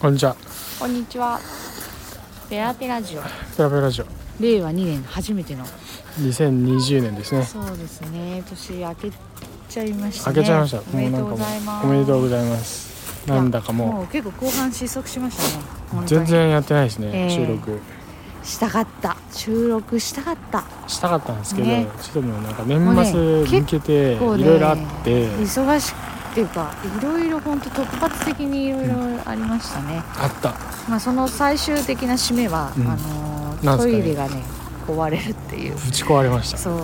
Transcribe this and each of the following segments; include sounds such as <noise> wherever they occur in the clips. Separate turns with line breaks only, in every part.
こんにちは。
こんにちは。ペラペラジオ。
ペラペララジオ。
令和2年初めての。
2020年ですね。
そうですね。年明けちゃいました、
開
ね。
けちゃいました。
おめでとうござい
も
ま
う
す。
なんかもうおめでとうご
い
ざいます。なんだかも
う結構後半失速しましたね。本当
う全。
に
然やってないです
え
ね。
ー
収録
したかった。収録したかった。
したかったんですけど、
ね
ちょっともうなんか年末に向けてい
も
ろ
うね結構ね
いろあって、
忙しく。っていうかいろいろ本当突発的にいろいろありましたね、
あった。
まあ、その最終的な締めは、
うん
あのー
なんすか
ト
ね
イレがね壊れるっていう
ぶち壊れました。
そう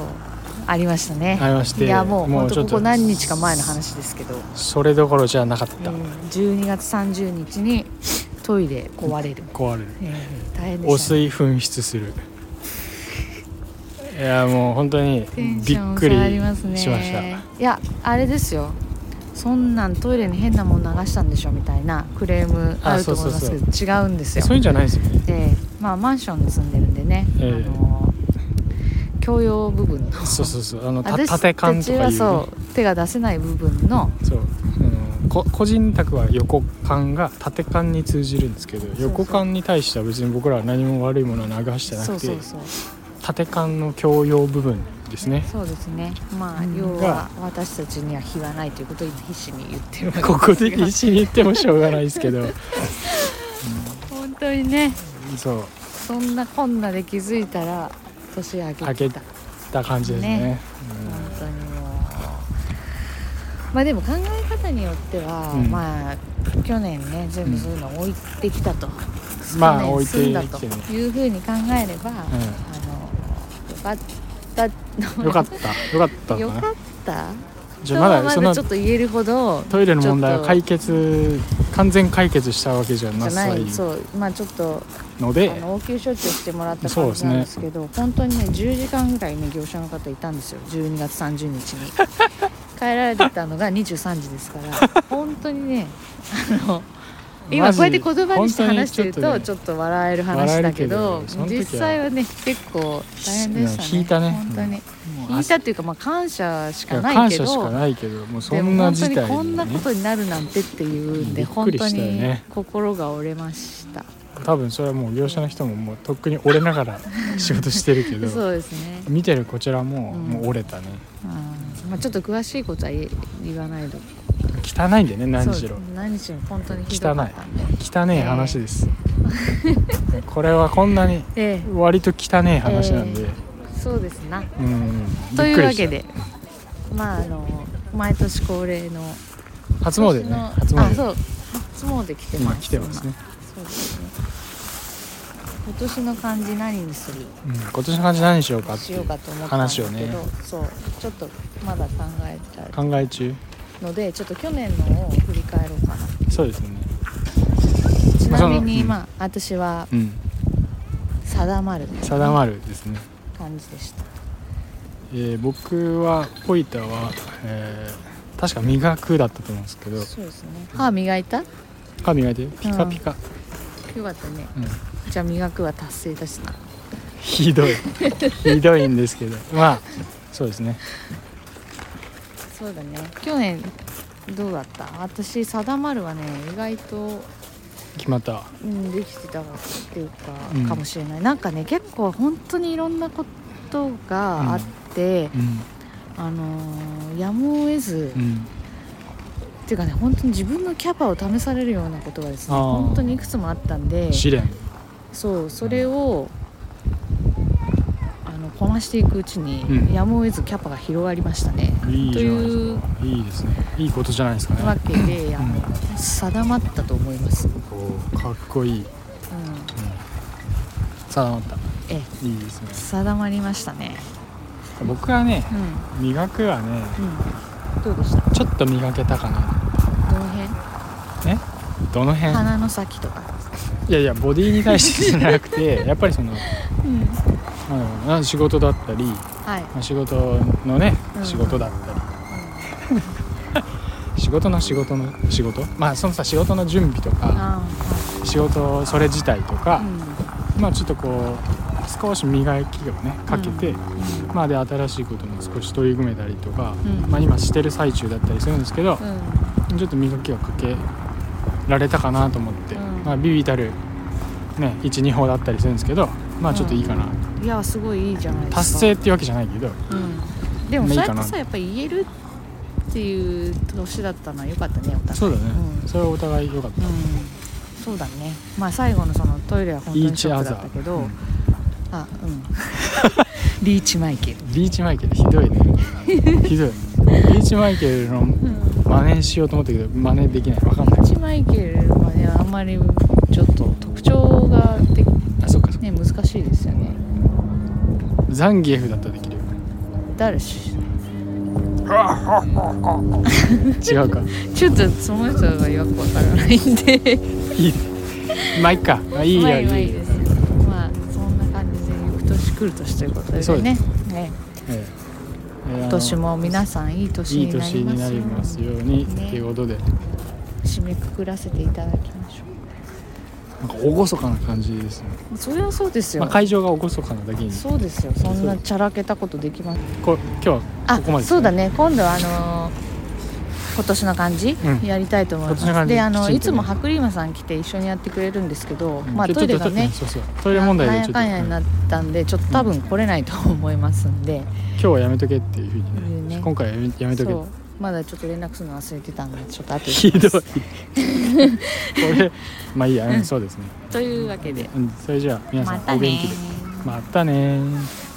ありましたね
ありまして
いやもう
もう
本
ちょ
当
っ
ことこ何日か前の話ですけど、
それどころじゃなかっ
え
た。
ー12月30日にトイレ壊れる、
壊れる。
えー大変で
汚
した、ね、
水噴出する。いやもう本当に
テンシ
びっ
ョン
くり
下がりますね
しました。
いやあれですよそんなんトイレに変なもん流したんでしょみたいなクレームあると思いますけど
あ
違うんですよ
そういうんじゃないですよね。
でまあマンションに住んでるんでね、
ええ
あの共用部分の
そうそうそうあのた
私
立て
た
感と
ち
かいう
は
ね
そう手が出せない部分の
そうあのこ個人宅は横間が縦間に通じるんですけど
そう
横間に対しては別に僕らは何も悪いものは流してな
そう
く
そ
て
うそう
縦間の共用部分です
<laughs>
ね
そうですねまあ
うん
要は私たちには非はないということを今必死に言ってるわけですが
ここで必死に言ってもしょうがないです
<laughs>
けど
本当にね
そう
そんなこんなで気づいたら年明けてた
明けただ感じですね
ね本当にもうまあでも考え方によっては、
うん
まあ去年ね全部そういうの置いてきたと、
うんまあ
去年
置いて
済んだ
きてね
というふうに考えれば、あのよかった
うんよかったよかった
よ
か
か
な
った
じゃあまだそんな
ちょっと言えるほど
トイレの問題は
ちょっ
解決完全解決したわけじゃ
と
な
じゃ
さ
ないいそうまあちょっと
の
あ
で
の応急処置をしてもらった感じなんですけど本当にね10時間ぐらいね業者の方いたんですよ12月30
<laughs>
日に帰られてたのが23時です
<laughs>
から本当にねあの
マ
今
ジ
こうやって言葉にして話してる
本当
と
に
ちょっと笑える話だけど
笑えるけどその時は
実際はね結構大変でしたね
引いたね
本当に
もう
引いたっていうかまあ感謝しかない
感
けど
謝しかないけどもうそ
で
ん
も
な
本当
事
に
態
こ
に
んな
ね
ことになるなんてっていうん
び
で
っ
本
くり
当
したよ
に
ね
心が折れました
多分それはもう業者の人ももうとっくに折れながら仕事してるけど
そうですね
見てるこちらも
うん
もう折れたね
うんまあちょっと詳しいことは言え言わないと
汚いんだよね何しろ
そう何しろ本当にひどかったんで
汚い話です <laughs> これはこんなに
え
割と汚い話なんで、
ええそうですな
うん
と
びっ
いう
く
わ
りし
け
た
でまああの毎年恒例の
初詣ね初
今年のあそ
詣
う初詣来てま
今
す
来てますね、
今そうですね今年の漢字何にする
うん、今年の感じ何しようかって
し
い
よ
う
うかと思ったんですけど、
話をね
そうちょっとまだ考えてある
考え中
のでちょっと去年のを振り返ろうかな
そうですね
ちなみに、
うん
まあ、私は
うん
「定まる」
定まるですね、
感じでした
えー僕はポイタは、えー確か磨くだったと思うんですけど
そうですね歯磨いたよ
歯磨いてピカピカ、
かったね
うん
じゃあ磨くは達成だしな
ひ
<laughs>
どいひどいんですけどまあそうですね
そうだね去年どうだった私定まるはね意外と、
決まった
うん、できてたっていうか、
うん
かもしれないなんかね結構本当にいろんなことがあって
う、ん
あのーやむを得ず、
う
っ
ん
ていうかね本当に自分のキャパを試されるようなことがですね
あー
本当にいくつもあったんで
試練
そうそれを、あのこなしていくうちに、
うん
やむを得ずキャパが広がりましたね。
いい
と
じゃない
い
で
う
すかいいですねいいことじゃないですか
わ
ね
けで、あの定まったと思います。うん、
こうかっこいい、うん、定まった
え
いいですね
定まりましたね。
僕はね
うん
磨くはね
うん。どうでした？
ちょっと磨けたかな
どの辺？
えどの辺
鼻の先とか。
いやいやボディに対してじゃなくてやっぱりその
うん。
なんだろうな仕事だったり
はい。
まあ仕事のね
うん
仕事だったり、 <laughs> 仕事の仕事の仕事まあそのさ仕事の準備とか
あー
仕事それ自体と
あ
か
ー。、
まあちょっとこう少し磨きをねかけて、
う
まあで新しいことも少し取り組めたりとか、
うん
まあ今してる最中だったりするんですけど
う、ん。うん。
ちょっと磨きをかけられたかなと思って、
うん。
まあ、ビビたる、ね、12歩だったりするんですけどまあちょっといいかな、
いやすごいいいじゃないですか
達成っていうわけじゃないけど
うん、でも
まあいうい
そやっ
か
て
な
さやっぱり言えるっていう年だったのは良かったねお互い
そうだね、
うん
それはお互い良かった
うん、そうだねまあ最後のそのトイレは本当にショックだったけど、
Each other うん
あうん
<laughs>
リーチマイケル、
リーチマイケルひどいねひどいねリーチマイケルの真似しようと思ったけど真似できないわかんな
リー
い
チマイケルはねあんまりちょっと特徴がで
あそっかそっか
ね難しいですよね
ザンギエフだったらできるよ
ダルシ
違うか
ちょっとその人がよくわからないんで
いいまあいっかまあいい
まあ
や
いいまあい
い
い
いよ
ですまあそんな感じで翌年来る年ということで
そう
ね
で
ね
ええええあ
今
の
年も皆さんいい年
いい
にな
年
り
に
ま
な
す
り
よ
ます
うに
ように、
ね
っていうことで
締めくくらせていただきましょ
なんか厳かな感じですね、
うそれはそうですよ、
まあ、会場が厳かなだけに
そうですよそんなちゃらけたことできます
こ今日は
あ
ここまでですね
そうだね今度はあのー今年の感じ、
うん
やりたいと思いま
今年の
す
感じ
であの、
きち
い
んと
つ
ね
も白リーマさん来て一緒にやってくれるんですけど、
うん
まあ
ちょ
トイレが
ちょっと
ね
うんそうそうトイレ問題
な
でちょっ
んや
と
かんやになったんでちょっと多分来れないと思いますんで、
うん今日はやめとけっていうふうにね
言うね
今回はやめやめとけ
そ
っ
うまだちょっと連絡するの忘れてたんでちょっと後
て
で
ひどいこ
<laughs>
れまあいいや、うんそうですね
というわけで
うんそれじゃあ皆さ
ま
ん
た
お
ね
元気でまたねー